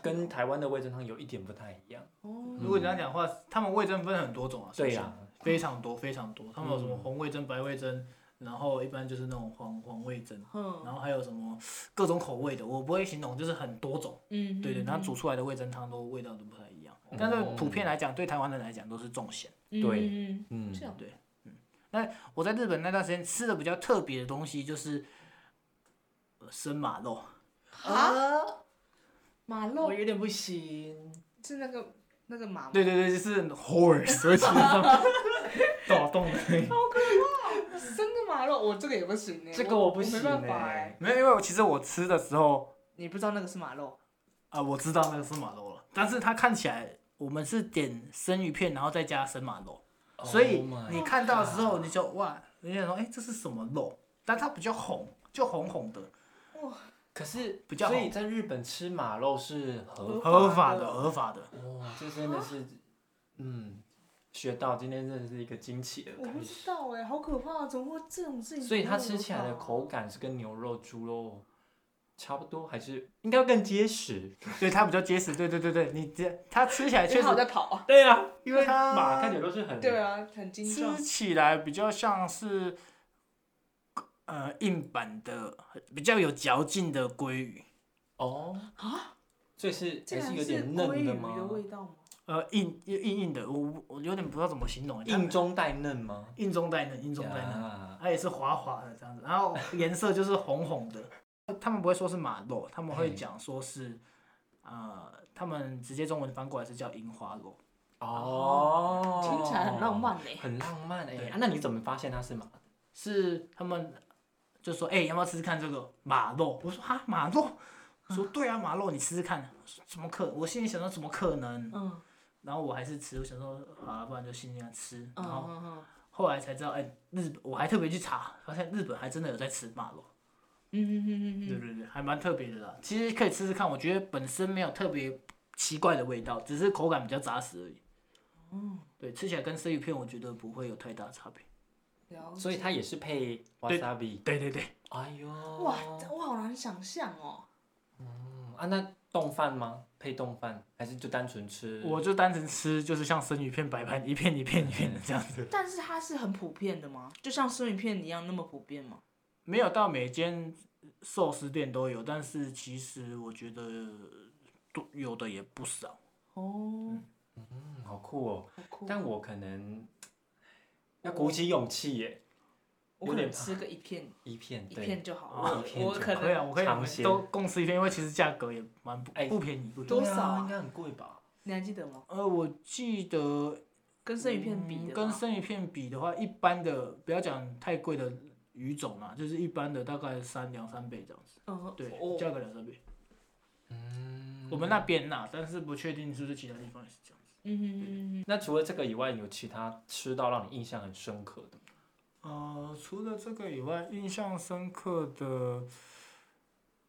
[SPEAKER 2] 跟台湾的味噌汤有一点不太一样。
[SPEAKER 1] 哦，
[SPEAKER 3] 如果你这样讲的话，他们味噌分很多种啊，是不
[SPEAKER 2] 嗯对
[SPEAKER 3] 是
[SPEAKER 2] 呀、嗯
[SPEAKER 3] 非常多非常多，他们有什么红味噌、白味噌，然后一般就是那种黄黄味噌，
[SPEAKER 1] 嗯
[SPEAKER 3] 然后还有什么各种口味的，我不会形容，就是很多种。
[SPEAKER 1] 嗯，
[SPEAKER 3] 对对，
[SPEAKER 1] 嗯
[SPEAKER 3] 然后煮出来的味噌汤都味道都不太一样，
[SPEAKER 2] 哦
[SPEAKER 3] 但是普遍来讲，对台湾人来讲都是重咸。
[SPEAKER 2] 对，
[SPEAKER 1] 嗯
[SPEAKER 2] 嗯
[SPEAKER 1] 嗯这样
[SPEAKER 3] 对我在日本那段时间吃的比较特别的东西就是呃生马肉，
[SPEAKER 1] 啊，马肉
[SPEAKER 2] 我有点不行。
[SPEAKER 1] 是那个那个马吗
[SPEAKER 3] 对对对，就是 horse，会吃 上脑洞的。
[SPEAKER 1] 生的马肉，我这个也不行呢，
[SPEAKER 2] 这个
[SPEAKER 1] 我
[SPEAKER 2] 我不行
[SPEAKER 1] 没办法
[SPEAKER 2] 欸
[SPEAKER 1] 哎，
[SPEAKER 3] 没有，因为我其实我吃的时候
[SPEAKER 1] 你不知道那个是马肉，
[SPEAKER 3] 啊、我知道那个是马肉了，但是它看起来我们是点生鱼片，然后再加生马肉，所以
[SPEAKER 2] Oh my
[SPEAKER 3] 你看到的时候
[SPEAKER 2] God
[SPEAKER 3] 你就哇，你想说哎、这是什么肉？但它比较红，就红红的，
[SPEAKER 2] 可是
[SPEAKER 3] 比较好
[SPEAKER 2] 所以在日本吃马肉是合法。
[SPEAKER 3] 合法
[SPEAKER 1] 合法
[SPEAKER 3] 的
[SPEAKER 1] 的
[SPEAKER 3] 合法的。
[SPEAKER 2] 哇，这真的是，嗯，学到今天真的是一个惊奇的
[SPEAKER 1] 我不
[SPEAKER 2] 开
[SPEAKER 1] 知
[SPEAKER 2] 始。
[SPEAKER 1] 道哎，好可怕，怎么会这种事情？
[SPEAKER 2] 所以它吃起来
[SPEAKER 1] 啊
[SPEAKER 2] 的口，感是跟牛肉、猪肉差不多，还是应该更结实？
[SPEAKER 3] 对，它比较结实。对对对对，你这它吃起来
[SPEAKER 1] 确
[SPEAKER 3] 确
[SPEAKER 1] 实我
[SPEAKER 3] 实，
[SPEAKER 1] 在跑啊，
[SPEAKER 2] 对啊，
[SPEAKER 3] 因为它
[SPEAKER 2] 马看起来都是很
[SPEAKER 1] 对啊，很精壮
[SPEAKER 3] 吃，起来比较像是呃硬板的，比较有嚼劲的鲑鱼。
[SPEAKER 2] 哦啊，所以是
[SPEAKER 1] 竟
[SPEAKER 2] 还
[SPEAKER 1] 然
[SPEAKER 2] 是
[SPEAKER 1] 是
[SPEAKER 2] 有点
[SPEAKER 1] 鲑
[SPEAKER 2] 嫩
[SPEAKER 1] 鱼
[SPEAKER 2] 的
[SPEAKER 1] 的
[SPEAKER 2] 吗？
[SPEAKER 1] 味道吗？
[SPEAKER 3] 呃硬硬硬的，我我有点不知道怎么形容，它
[SPEAKER 2] 硬中带嫩吗？
[SPEAKER 3] 硬中带嫩，硬中带嫩。
[SPEAKER 2] 啊，
[SPEAKER 3] 它也是滑滑的这样子，然后颜色就是红红的。 他们不会说是马肉，他们会
[SPEAKER 2] 嘿
[SPEAKER 3] 讲说是，呃，他们直接中文翻过来是叫樱花肉。
[SPEAKER 2] 哦，
[SPEAKER 1] 听起来很浪，漫呢、
[SPEAKER 2] 很浪漫哎、
[SPEAKER 3] 对
[SPEAKER 2] 啊那你怎么发现它是马的？
[SPEAKER 3] 是他们就说，哎、要不要吃吃看这个马肉？我说啊，马肉，说对啊，马肉你吃吃看，我说怎么可？我心里想说怎么可能？
[SPEAKER 1] 嗯
[SPEAKER 3] 然后我还是吃，我想说好了，不然就尽量吃。
[SPEAKER 1] 嗯
[SPEAKER 3] 然后
[SPEAKER 1] 嗯嗯
[SPEAKER 3] 后来才知道，哎、日本我还特别去查，发现日本还真的有在吃马肉。
[SPEAKER 1] 嗯嗯嗯
[SPEAKER 3] 对
[SPEAKER 1] 嗯，
[SPEAKER 3] 对对，还蛮特别的啦。其实可以试试看，我觉得本身没有特别奇怪的味道，只是口感比较扎实而已。嗯，对，吃起来跟生鱼片我觉得不会有太大差别。
[SPEAKER 1] 了解
[SPEAKER 2] 所以它也是配 wasabi。
[SPEAKER 3] 对对对，
[SPEAKER 2] 哎呦，
[SPEAKER 1] 哇，这我好难想象哦。
[SPEAKER 2] 嗯啊，那冻饭吗？配冻饭还是就单纯吃？
[SPEAKER 3] 我就单纯吃，就是像生鱼片白盘一片一片一片的这样子，
[SPEAKER 1] 但是它是很普遍的吗？就像生鱼片一样那么普遍吗？
[SPEAKER 3] 没有到每间寿司店都有，但是其实我觉得多有的也不少。
[SPEAKER 1] 哦，
[SPEAKER 2] 嗯，好酷哦。
[SPEAKER 1] 好酷。
[SPEAKER 2] 但我可能要鼓起勇气耶，
[SPEAKER 1] 我
[SPEAKER 2] 有
[SPEAKER 1] 可
[SPEAKER 2] 点
[SPEAKER 1] 能吃个一片
[SPEAKER 2] 一片
[SPEAKER 1] 一
[SPEAKER 2] 对，啊哦
[SPEAKER 1] 片就好
[SPEAKER 2] 一
[SPEAKER 1] 了。
[SPEAKER 2] 片
[SPEAKER 1] 我我
[SPEAKER 2] 就
[SPEAKER 1] 可
[SPEAKER 2] 好
[SPEAKER 3] 可以啊，
[SPEAKER 1] 能
[SPEAKER 3] 我可以
[SPEAKER 2] 尝鲜
[SPEAKER 3] 都共吃一片，因为其实价格也蛮不
[SPEAKER 2] 哎
[SPEAKER 3] 不便宜。不便宜
[SPEAKER 1] 多少啊
[SPEAKER 2] 对应该很贵吧？
[SPEAKER 1] 你还记得吗？
[SPEAKER 3] 呃，我记得
[SPEAKER 1] 跟生鱼片比
[SPEAKER 3] 嗯
[SPEAKER 1] 的
[SPEAKER 3] 跟
[SPEAKER 1] 话
[SPEAKER 3] 生鱼片比的话，一般的不要讲太贵的鱼种啦，就是一般的大概三两三倍这样子，
[SPEAKER 1] 嗯
[SPEAKER 3] 对，
[SPEAKER 1] 哦
[SPEAKER 3] 价格两三倍。
[SPEAKER 2] 嗯，
[SPEAKER 3] 我们那边呐，但是不确定是不是其他地方也是这样子。
[SPEAKER 1] 嗯嗯嗯嗯
[SPEAKER 2] 那除了这个以外，有其他吃到让你印象很深刻的吗？
[SPEAKER 3] 呃，除了这个以外，印象深刻的，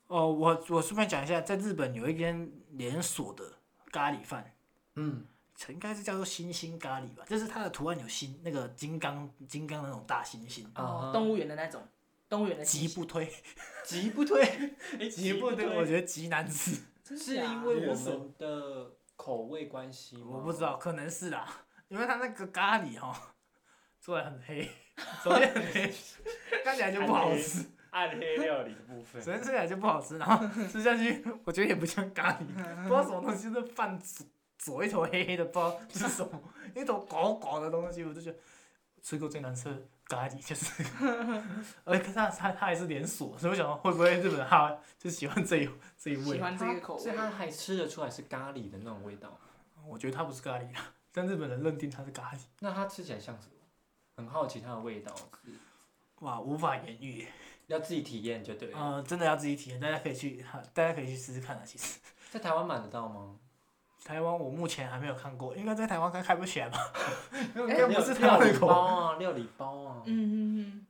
[SPEAKER 3] 哦，我我顺便讲一下，在日本有一间连锁的咖喱饭，
[SPEAKER 2] 嗯，
[SPEAKER 3] 应该是叫做星星咖喱吧，就是它的图案有星，那个金刚金刚那种大猩猩，
[SPEAKER 1] 嗯，哦
[SPEAKER 2] 啊，
[SPEAKER 1] 动物园的那种，动物园的
[SPEAKER 3] 极
[SPEAKER 1] 鸡，
[SPEAKER 3] 不推，
[SPEAKER 2] 极不推， 哎
[SPEAKER 3] 极不推， 我觉得极难吃。
[SPEAKER 1] 真
[SPEAKER 2] 是
[SPEAKER 1] 假
[SPEAKER 2] 因为我
[SPEAKER 3] 连锁
[SPEAKER 2] 们的口味关系吗？
[SPEAKER 3] 我不知道，可能是啦，因为他那个咖喱哈、做的很黑，首先很黑，看起来就不好吃，
[SPEAKER 2] 暗黑料理的部分
[SPEAKER 3] 首先吃起来就不好吃，然后吃下去，我觉得也不像咖喱，不知道什么东西，就是饭左左一坨黑黑的，不知道是什么，一坨狗狗的东西，我就觉得吃过最难吃的咖喱就是这个，而且它它它还是连锁，所以我想说会不会日本他就喜欢这一这一味
[SPEAKER 1] 喜，欢这个口
[SPEAKER 2] 所以
[SPEAKER 1] 味。
[SPEAKER 2] 它还吃得出来是咖喱的那种味道。
[SPEAKER 3] 我觉得它不是咖喱啦，但日本人认定它是咖喱，
[SPEAKER 2] 那它吃起来像什么？很好奇它的味道，
[SPEAKER 3] 哇，无法言喻耶。
[SPEAKER 2] 要自己体验就对了。
[SPEAKER 3] 呃，真的要自己体验，大家可以去， 哈大家可以去试试看啊。其实
[SPEAKER 2] 在台湾买得到吗？
[SPEAKER 3] 台湾我目前还没有看过，应该在台湾该开不起来吧？应
[SPEAKER 1] 哎
[SPEAKER 3] 该不是台
[SPEAKER 2] 料
[SPEAKER 3] 湾
[SPEAKER 2] 理
[SPEAKER 3] 的
[SPEAKER 2] 包
[SPEAKER 3] 口。
[SPEAKER 2] 啊，料理包啊。
[SPEAKER 1] 嗯嗯嗯。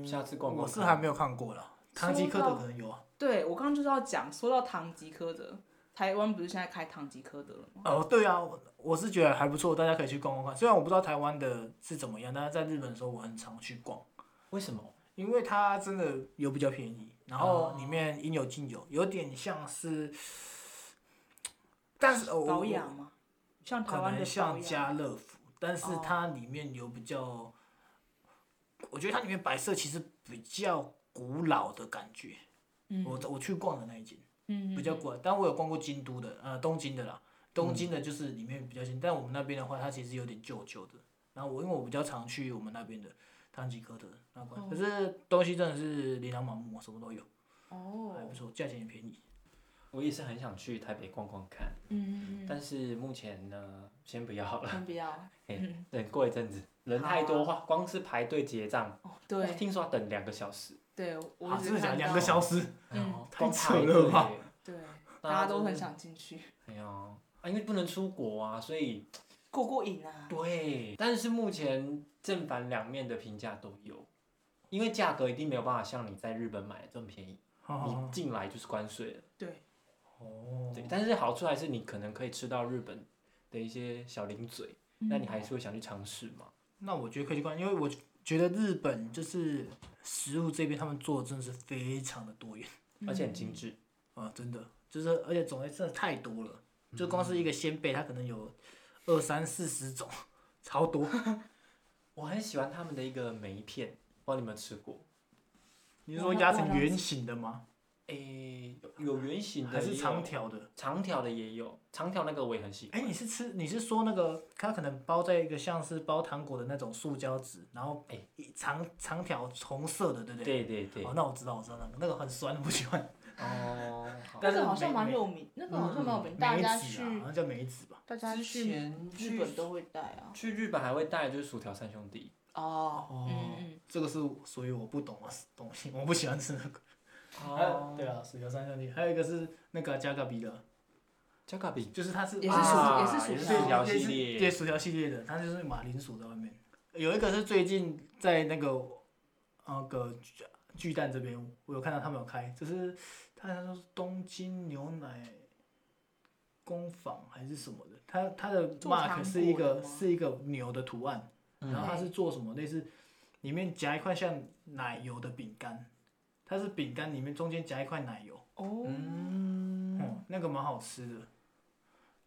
[SPEAKER 3] 嗯
[SPEAKER 2] 下次逛逛看
[SPEAKER 3] 我是还没有看过了，唐吉诃德可能有啊。
[SPEAKER 1] 对，我刚刚就是要讲，说到唐吉诃德，台湾不是现在开唐吉诃德了吗？
[SPEAKER 3] 哦，对啊，我我是觉得还不错，大家可以去逛逛看。虽然我不知道台湾的是怎么样，但是在日本的时候我很常去逛，
[SPEAKER 2] 为什么？
[SPEAKER 3] 因为它真的有比较便宜，然后
[SPEAKER 2] 哦
[SPEAKER 3] 里面应有尽有，有点像是，但是哦，我
[SPEAKER 1] 保养吗？像台
[SPEAKER 3] 可
[SPEAKER 1] 湾的
[SPEAKER 3] 能
[SPEAKER 1] 保
[SPEAKER 3] 像
[SPEAKER 1] 养，啊哦
[SPEAKER 3] 家乐福，但是它里面有比较，我觉得它里面摆设其实比较古老的感觉。
[SPEAKER 1] 嗯
[SPEAKER 3] 我我去逛的那一间
[SPEAKER 1] 嗯
[SPEAKER 3] 比较古老，但我有逛过京都的，呃，东京的啦。东京的就是里面比较新，但我们那边的话，它其实有点旧旧的。然后我因为我比较常去我们那边的唐吉诃德那块，
[SPEAKER 1] 哦
[SPEAKER 3] 可是东西真的是琳琅满目，什么都有，还
[SPEAKER 1] 哦
[SPEAKER 3] 不，错，价钱也便宜。
[SPEAKER 2] 我也是很想去台北逛逛看，
[SPEAKER 1] 嗯嗯
[SPEAKER 2] 但是目前呢，先不要好
[SPEAKER 1] 嗯，
[SPEAKER 2] 了，
[SPEAKER 1] 先不要嗯
[SPEAKER 2] 等过一阵子，人太多
[SPEAKER 1] 啊
[SPEAKER 2] 话，光是排队结账，
[SPEAKER 1] 哦，对
[SPEAKER 2] 听说要等两个小时，
[SPEAKER 1] 对，
[SPEAKER 3] 啊
[SPEAKER 1] 我，只
[SPEAKER 3] 真的假的？
[SPEAKER 1] 看
[SPEAKER 3] 两个
[SPEAKER 1] 到
[SPEAKER 3] 小时，
[SPEAKER 1] 嗯
[SPEAKER 2] 哦
[SPEAKER 3] 哎太
[SPEAKER 2] 光
[SPEAKER 3] 扯
[SPEAKER 2] 排
[SPEAKER 3] 了
[SPEAKER 2] 队
[SPEAKER 3] 吧
[SPEAKER 2] 耶
[SPEAKER 1] 对，大
[SPEAKER 2] 大
[SPEAKER 1] 家
[SPEAKER 2] 家
[SPEAKER 1] 都
[SPEAKER 2] 都
[SPEAKER 1] 很
[SPEAKER 2] 是
[SPEAKER 1] 想进去
[SPEAKER 2] 哎呀，啊，因为不能出国啊，所以
[SPEAKER 1] 过过瘾啊。
[SPEAKER 2] 对，但是目前正反两面的评价都有，因为价格一定没有办法像你在日本买的这么便宜，
[SPEAKER 3] 好好
[SPEAKER 2] 你
[SPEAKER 3] 好
[SPEAKER 2] 进来就是关税了。
[SPEAKER 1] 对，
[SPEAKER 3] 哦
[SPEAKER 2] 对，但是好处还是你可能可以吃到日本的一些小零嘴，
[SPEAKER 1] 嗯
[SPEAKER 2] 那你还是会想去尝试嘛？
[SPEAKER 3] 那我觉得可以去看，因为我觉得日本就是食物这边他们做的真的是非常的多元
[SPEAKER 1] 嗯
[SPEAKER 2] 而且很精致。
[SPEAKER 3] 啊，真的就是而且种类真的太多了，就光是一个鲜贝，它可能有二三四十种，超多。
[SPEAKER 2] 我很喜欢他们的一个梅片，不知道你有没有吃过？
[SPEAKER 3] 你是说压成圆形的吗？
[SPEAKER 2] 诶，有圆形的，
[SPEAKER 3] 还是
[SPEAKER 2] 也有
[SPEAKER 3] 长条的？
[SPEAKER 2] 长条的也有，长条那个我也很喜
[SPEAKER 3] 哎、
[SPEAKER 2] 欢。
[SPEAKER 3] 你是吃你是说那个它可能包在一个像是包糖果的那种塑胶纸，然后
[SPEAKER 2] 哎
[SPEAKER 3] 一长长条红色的，对不对？
[SPEAKER 2] 对对对
[SPEAKER 3] 哦，，那我知道，我知道那个那个很酸，我不喜欢。
[SPEAKER 2] 哦，好
[SPEAKER 1] 那
[SPEAKER 3] 但是
[SPEAKER 1] 个好像
[SPEAKER 3] 梅
[SPEAKER 1] 蛮
[SPEAKER 3] 梅
[SPEAKER 1] 有名，那个好像蛮有名，
[SPEAKER 3] 梅
[SPEAKER 1] 大家
[SPEAKER 3] 子
[SPEAKER 1] 去
[SPEAKER 3] 啊，好像叫梅子吧。
[SPEAKER 1] 大家
[SPEAKER 2] 之
[SPEAKER 1] 去
[SPEAKER 2] 前
[SPEAKER 1] 日
[SPEAKER 2] 去
[SPEAKER 1] 本都会带啊。
[SPEAKER 2] 去日本还会带就是薯条三兄弟，
[SPEAKER 1] 哦，
[SPEAKER 3] 哦
[SPEAKER 1] 嗯嗯，
[SPEAKER 3] 这个是属于我不懂的东西，我不喜欢吃那个。
[SPEAKER 1] 哦
[SPEAKER 3] 还
[SPEAKER 2] 哦
[SPEAKER 3] 有对，啊，薯条三兄弟，还有一个是那个加嘎比的，
[SPEAKER 2] 加卡比
[SPEAKER 3] 就是它是
[SPEAKER 1] 也是薯
[SPEAKER 3] 啊
[SPEAKER 1] 也是薯
[SPEAKER 2] 也是
[SPEAKER 1] 条
[SPEAKER 2] 薯条系
[SPEAKER 3] 也是
[SPEAKER 2] 列，
[SPEAKER 3] 对薯条系列的，它就是马铃薯在外面。有一个是最近在那个那个巨巨蛋这边，我有看到他们有开，就是他好像是东京牛奶工坊还是什么的，它它的
[SPEAKER 1] 做糖
[SPEAKER 3] mark 是一
[SPEAKER 1] 果的
[SPEAKER 3] 个
[SPEAKER 1] 吗
[SPEAKER 3] 是一个牛的图案，
[SPEAKER 2] 嗯
[SPEAKER 3] 然后它是做什么类似里面夹一块像奶油的饼干，它是饼干里面中间夹一块奶油，
[SPEAKER 1] 哦，
[SPEAKER 2] 嗯，
[SPEAKER 3] 嗯，那个蛮好吃的。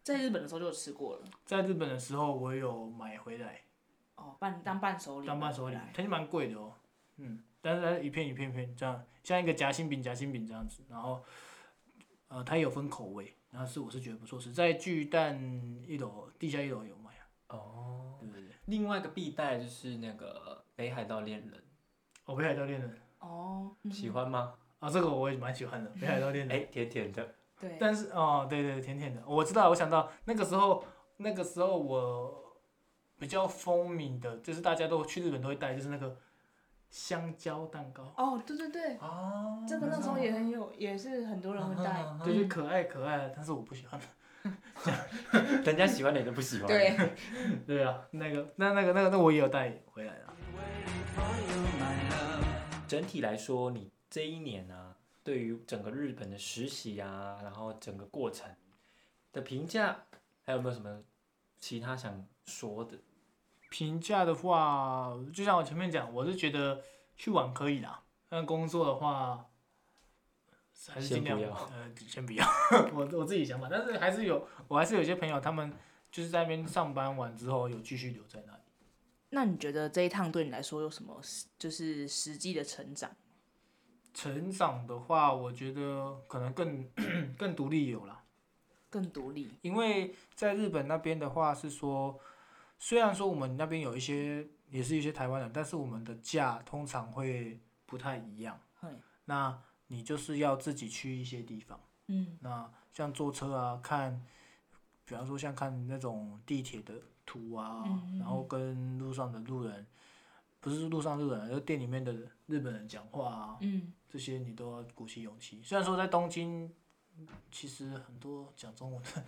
[SPEAKER 1] 在日本的时候就有吃过了。
[SPEAKER 3] 在日本的时候，我有买回来
[SPEAKER 1] 哦，伴当伴手礼，
[SPEAKER 3] 当伴手礼
[SPEAKER 1] 买回，来
[SPEAKER 3] 它就蛮贵的哦。嗯，但是它一片一片一片这样，像一个夹心饼、夹心饼这样子。然后，呃，它也有分口味，然后是我是觉得不错吃，在巨蛋一楼、地下一楼有卖啊。
[SPEAKER 2] 哦，
[SPEAKER 3] 对对对，
[SPEAKER 2] 另外一个必带就是那个北海道恋人，
[SPEAKER 3] 哦，北海道恋人
[SPEAKER 1] 哦，嗯
[SPEAKER 2] 喜欢吗？
[SPEAKER 3] 啊，这个我也蛮喜欢的，北海 道恋人。
[SPEAKER 2] 哎，甜甜的，
[SPEAKER 1] 对，
[SPEAKER 3] 但是哦，对对，甜甜的，我知道，我想到那个时候，那个时候我比较风靡的，就是大家都去日本都会带，就是那个香蕉蛋糕，
[SPEAKER 1] 哦，对对对，
[SPEAKER 2] 哦，
[SPEAKER 1] 这个那时候也很有，也是很多人会带。
[SPEAKER 3] 对，就可爱可爱的，但是我不喜欢。
[SPEAKER 2] 人家喜欢你都不喜欢，，
[SPEAKER 1] 对，
[SPEAKER 3] 对啊，那个那那个那个那我也有带回来啊了。
[SPEAKER 2] 整体来说，你这一年啊，对于整个日本的实习啊，然后整个过程的评价，还有没有什么其他想说的？
[SPEAKER 3] 评价的话，就像我前面讲，我是觉得去玩可以啦，但工作的话，还是
[SPEAKER 2] 先
[SPEAKER 3] 尽量
[SPEAKER 2] 不要
[SPEAKER 3] 呃，先不要。 我我自己想法，但是还是有，我还是有些朋友他们就是在那边上班完之后有继续留在那里。
[SPEAKER 1] 那你觉得这一趟对你来说有什么实就是实际的成长？
[SPEAKER 3] 成长的话，我觉得可能更 更独立有啦，
[SPEAKER 1] 更独立，
[SPEAKER 3] 因为在日本那边的话是说，虽然说我们那边有一些也是一些台湾人，但是我们的假通常会不太一样
[SPEAKER 1] 嘿。
[SPEAKER 3] 那你就是要自己去一些地方，
[SPEAKER 1] 嗯，
[SPEAKER 3] 那像坐车啊，看，比方说像看那种地铁的图啊，
[SPEAKER 1] 嗯嗯
[SPEAKER 3] 然后跟路上的路人，不是路上路人，就店里面的日本人讲话啊，
[SPEAKER 1] 嗯，
[SPEAKER 3] 这些你都要鼓起勇气。虽然说在东京，其实很多讲中文的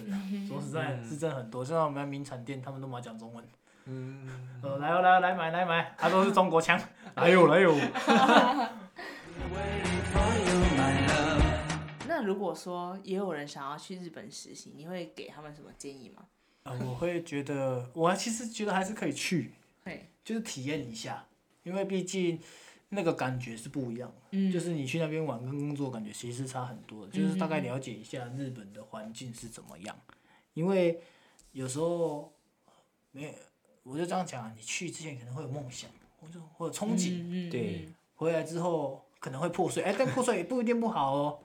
[SPEAKER 3] 人啊，说实在
[SPEAKER 2] 嗯
[SPEAKER 3] 是真的很多。像我们名产店，他们都蛮讲中文。
[SPEAKER 2] 嗯，
[SPEAKER 3] 呃，来哦来哦来买来买，他都是中国腔。 来哟来哟。
[SPEAKER 1] 那如果说也有人想要去日本实习，你会给他们什么建议吗？
[SPEAKER 3] 呃，我会觉得，我其实觉得还是可以去，
[SPEAKER 1] 对，
[SPEAKER 3] 就是体验一下，因为毕竟那个感觉是不一样的。
[SPEAKER 1] 嗯，
[SPEAKER 3] 就是你去那边玩跟工作感觉其实是差很
[SPEAKER 2] 嗯
[SPEAKER 3] 多的，就是大概了解一下日本的环境是怎么样，因为有时候没有，我就这样讲啊，你去之前可能会有梦想，或者或者憧憬，
[SPEAKER 1] 嗯，嗯
[SPEAKER 2] 对，
[SPEAKER 1] 嗯
[SPEAKER 3] 回来之后可能会破碎，哎，但破碎也不一定不好哦，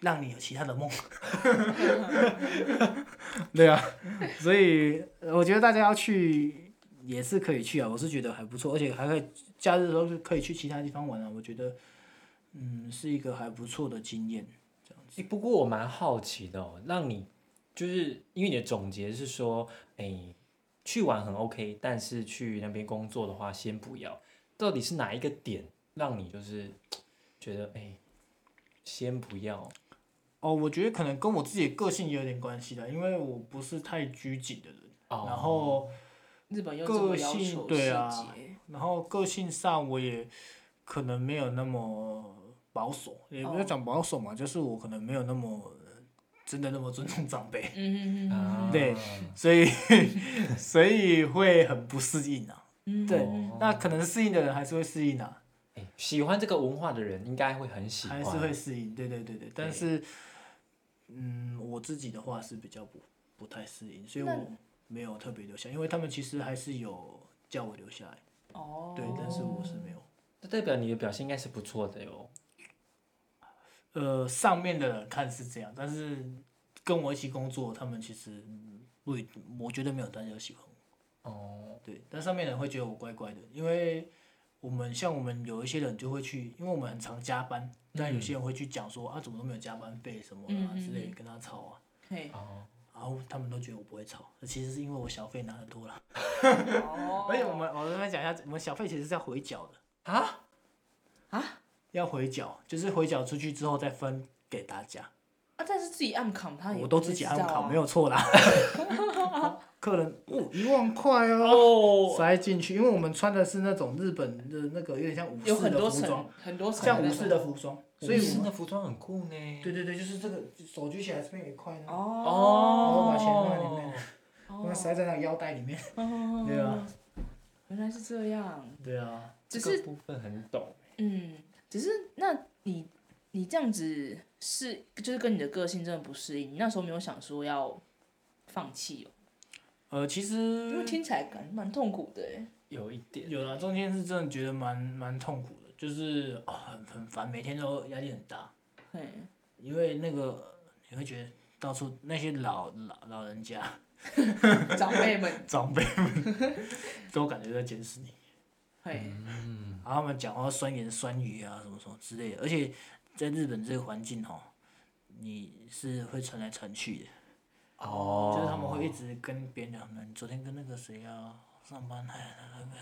[SPEAKER 3] 让你有其他的梦。 对啊，所以呃我觉得大家要去也是可以去啊，我是觉得还不错，而且还可以假日的时候是可以去其他地方玩啊，我觉得嗯是一个还不错的经验。
[SPEAKER 2] 诶不过我蛮好奇的哦，让你就是因为你的总结是说，哎、去玩很 OK，但是去那边工作的话，先不要。到底是哪一个点让你就是觉得，哎、先不要？
[SPEAKER 3] 哦，我觉得可能跟我自己的个性也有点关系的，因为我不是太拘谨的人，
[SPEAKER 2] 哦
[SPEAKER 3] 然后
[SPEAKER 1] 日本又这么要
[SPEAKER 3] 个性
[SPEAKER 1] 求
[SPEAKER 3] 对
[SPEAKER 1] 细
[SPEAKER 3] 啊
[SPEAKER 1] 节，
[SPEAKER 3] 然后个性上我也可能没有那么保守，也不要讲保守嘛，就是我可能没有那么呃真的那么尊重 长辈，
[SPEAKER 1] 嗯嗯嗯嗯
[SPEAKER 2] 啊
[SPEAKER 3] 对所以所以会很不适应啊。
[SPEAKER 1] 嗯，
[SPEAKER 3] 对
[SPEAKER 1] 嗯嗯
[SPEAKER 3] 那可能适应的人还是会适应啊，
[SPEAKER 2] 诶喜欢这个文化的人应该会很喜
[SPEAKER 3] 还
[SPEAKER 2] 欢，
[SPEAKER 3] 是会适应，对对对对。但是，嗯，我自己的话是比较不不太适应，所以
[SPEAKER 1] 那
[SPEAKER 3] 我没有特别留下，因为他们其实还是有叫我留下来，
[SPEAKER 1] 哦，
[SPEAKER 3] 对，但是我是没有。
[SPEAKER 2] 那代表你的表现应该是不错的哟。
[SPEAKER 3] 呃上面的人看是这样，但是跟我一起工作，他们其实嗯不一，我觉得没有大家喜欢我。
[SPEAKER 2] 哦，
[SPEAKER 3] 对，但上面的人会觉得我怪怪的，因为我们像我们有一些人就会去，因为我们很常加班，但有些人会去讲说、啊，怎么都没有加班费什么
[SPEAKER 1] 嗯
[SPEAKER 3] 啊
[SPEAKER 1] 嗯
[SPEAKER 3] 之类，
[SPEAKER 1] 嗯
[SPEAKER 3] 跟他吵啊。
[SPEAKER 1] 嘿，
[SPEAKER 2] 哦，
[SPEAKER 3] 然后他们都觉得我不会吵，其实是因为我小费拿的多了。
[SPEAKER 1] 哦
[SPEAKER 3] 而且我们我这边讲一下，我们小费其实是要回缴的，
[SPEAKER 2] 啊，
[SPEAKER 1] 啊
[SPEAKER 3] 要回缴，就是回缴出去之后再分给大家。
[SPEAKER 1] 啊，但是自己暗扛他也
[SPEAKER 3] 我都
[SPEAKER 1] 不会
[SPEAKER 3] 自己
[SPEAKER 1] 知道
[SPEAKER 3] 按考，
[SPEAKER 1] 啊
[SPEAKER 3] 没有 错啦。客人，哦，一万块哦，
[SPEAKER 2] 哦，
[SPEAKER 3] 塞进去，因为我们穿的是那种日本的那个有点像武
[SPEAKER 1] 有
[SPEAKER 3] 士
[SPEAKER 1] 很
[SPEAKER 3] 的
[SPEAKER 1] 多
[SPEAKER 3] 服装
[SPEAKER 1] 层，，很多层
[SPEAKER 3] 像
[SPEAKER 1] 那
[SPEAKER 3] 武
[SPEAKER 1] 种
[SPEAKER 3] 士的服装，所
[SPEAKER 2] 所以
[SPEAKER 3] 以我
[SPEAKER 2] 我们
[SPEAKER 3] 们
[SPEAKER 2] 的服装很酷呢。
[SPEAKER 3] 对啊对对，就是这个手举起来这边有一块呢，
[SPEAKER 1] 哦
[SPEAKER 3] 我把钱放在里面
[SPEAKER 1] 哦
[SPEAKER 3] 我们塞在那个腰带里面。
[SPEAKER 1] 哦
[SPEAKER 3] 对啊，
[SPEAKER 1] 原来是这样，
[SPEAKER 3] 对啊，
[SPEAKER 1] 只
[SPEAKER 2] 这个
[SPEAKER 1] 是
[SPEAKER 2] 部分很懂。
[SPEAKER 1] 嗯，只是那你你这样子是就是跟你的个性真的不适应，你那时候没有想说要放弃哦，
[SPEAKER 3] 呃，其
[SPEAKER 1] 因为
[SPEAKER 3] 实
[SPEAKER 1] 听起来感蛮痛苦的哎，
[SPEAKER 2] 有一点，
[SPEAKER 3] 有啦，中间是真的觉得蛮蛮痛苦的，就是啊、很很烦，每天都压力很大。
[SPEAKER 1] 嘿，
[SPEAKER 3] 因为那个你会觉得到处那些老老老人家
[SPEAKER 1] 长辈们，
[SPEAKER 3] 长辈们都感觉在监视你，
[SPEAKER 1] 嘿，
[SPEAKER 2] 嗯，
[SPEAKER 3] 然后他们讲话酸言酸语啊什么什么之类的，而且在日本这个环境哦，你是会传来传去的，
[SPEAKER 2] 哦，
[SPEAKER 3] 就是他们会一直跟别人讲，你昨天跟那个谁啊上班，哎，那个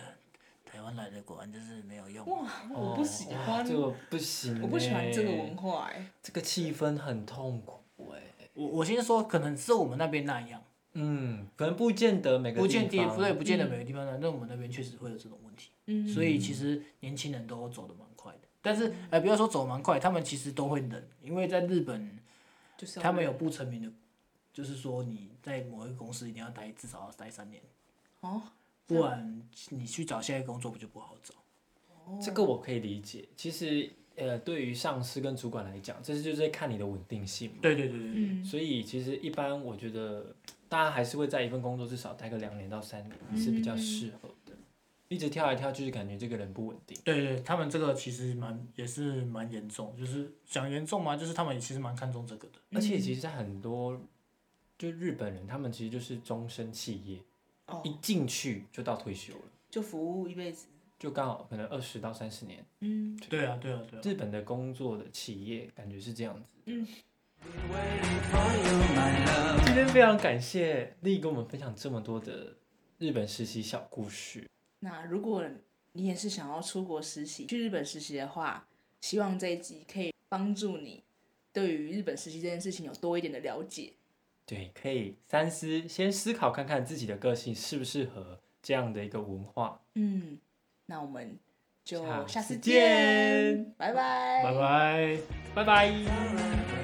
[SPEAKER 3] 台湾来的果然就是没有用。
[SPEAKER 1] 哇，我不喜
[SPEAKER 2] 哦
[SPEAKER 1] 欢
[SPEAKER 2] 哇，这个不行，欸
[SPEAKER 1] 我不喜欢这个文，化哎，
[SPEAKER 2] 这个气氛很痛苦哎。
[SPEAKER 3] 我我先说，可能是我们那边那样，
[SPEAKER 2] 嗯，可能不见得每个
[SPEAKER 3] 不见
[SPEAKER 2] 地
[SPEAKER 3] 得
[SPEAKER 2] 方
[SPEAKER 3] 不对，不见得每个地方那样，但我们那边确实会有这种问题。
[SPEAKER 1] 嗯，
[SPEAKER 3] 所以其实年轻人都走得蛮快的。但是，呃，不要说走蛮快，他们其实都会冷，因为在日本，
[SPEAKER 1] 就是要
[SPEAKER 3] 他们有不成名的，就是说你在某一个公司一定要待至少要待三年，
[SPEAKER 1] 哦，
[SPEAKER 3] 不然你去找下一个工作不就不好找？
[SPEAKER 2] 哦这个我可以理解。其实，呃，对于上司跟主管来讲，这是就是看你的稳定性嘛。
[SPEAKER 3] 对对对对，
[SPEAKER 1] 嗯，
[SPEAKER 2] 所以其实一般我觉得，大家还是会在一份工作至少待个两年到三年是比较适合的。一直跳来跳去，感觉这个人不稳定。
[SPEAKER 3] 对对，他们这个其实蛮也是蛮严重，就是讲严重嘛，就是他们其实蛮看重这个的。
[SPEAKER 2] 而且
[SPEAKER 1] 嗯
[SPEAKER 2] 其实，在很多就日本人，他们其实就是终身企业，
[SPEAKER 1] 哦，
[SPEAKER 2] 一进去就到退休了，
[SPEAKER 1] 就服务一辈子，
[SPEAKER 2] 就刚好可能二十到三十年。
[SPEAKER 1] 嗯，
[SPEAKER 3] 对啊对啊对啊，
[SPEAKER 2] 日本的工作的企业感觉是这样子。
[SPEAKER 1] 嗯。
[SPEAKER 2] 今天非常感谢丽跟我们分享这么多的日本实习小故事。
[SPEAKER 1] 那如果你也是想要出国实习，去日本实习的话，希望这一集可以帮助你对于日本实习这件事情有多一点的了解。
[SPEAKER 2] 对，可以三思，先思考看看自己的个性适不适合这样的一个文化。
[SPEAKER 1] 嗯，那我们就
[SPEAKER 2] 下
[SPEAKER 1] 下
[SPEAKER 2] 次
[SPEAKER 1] 次
[SPEAKER 2] 见
[SPEAKER 1] 见，拜拜，
[SPEAKER 3] 拜拜。
[SPEAKER 2] 拜拜。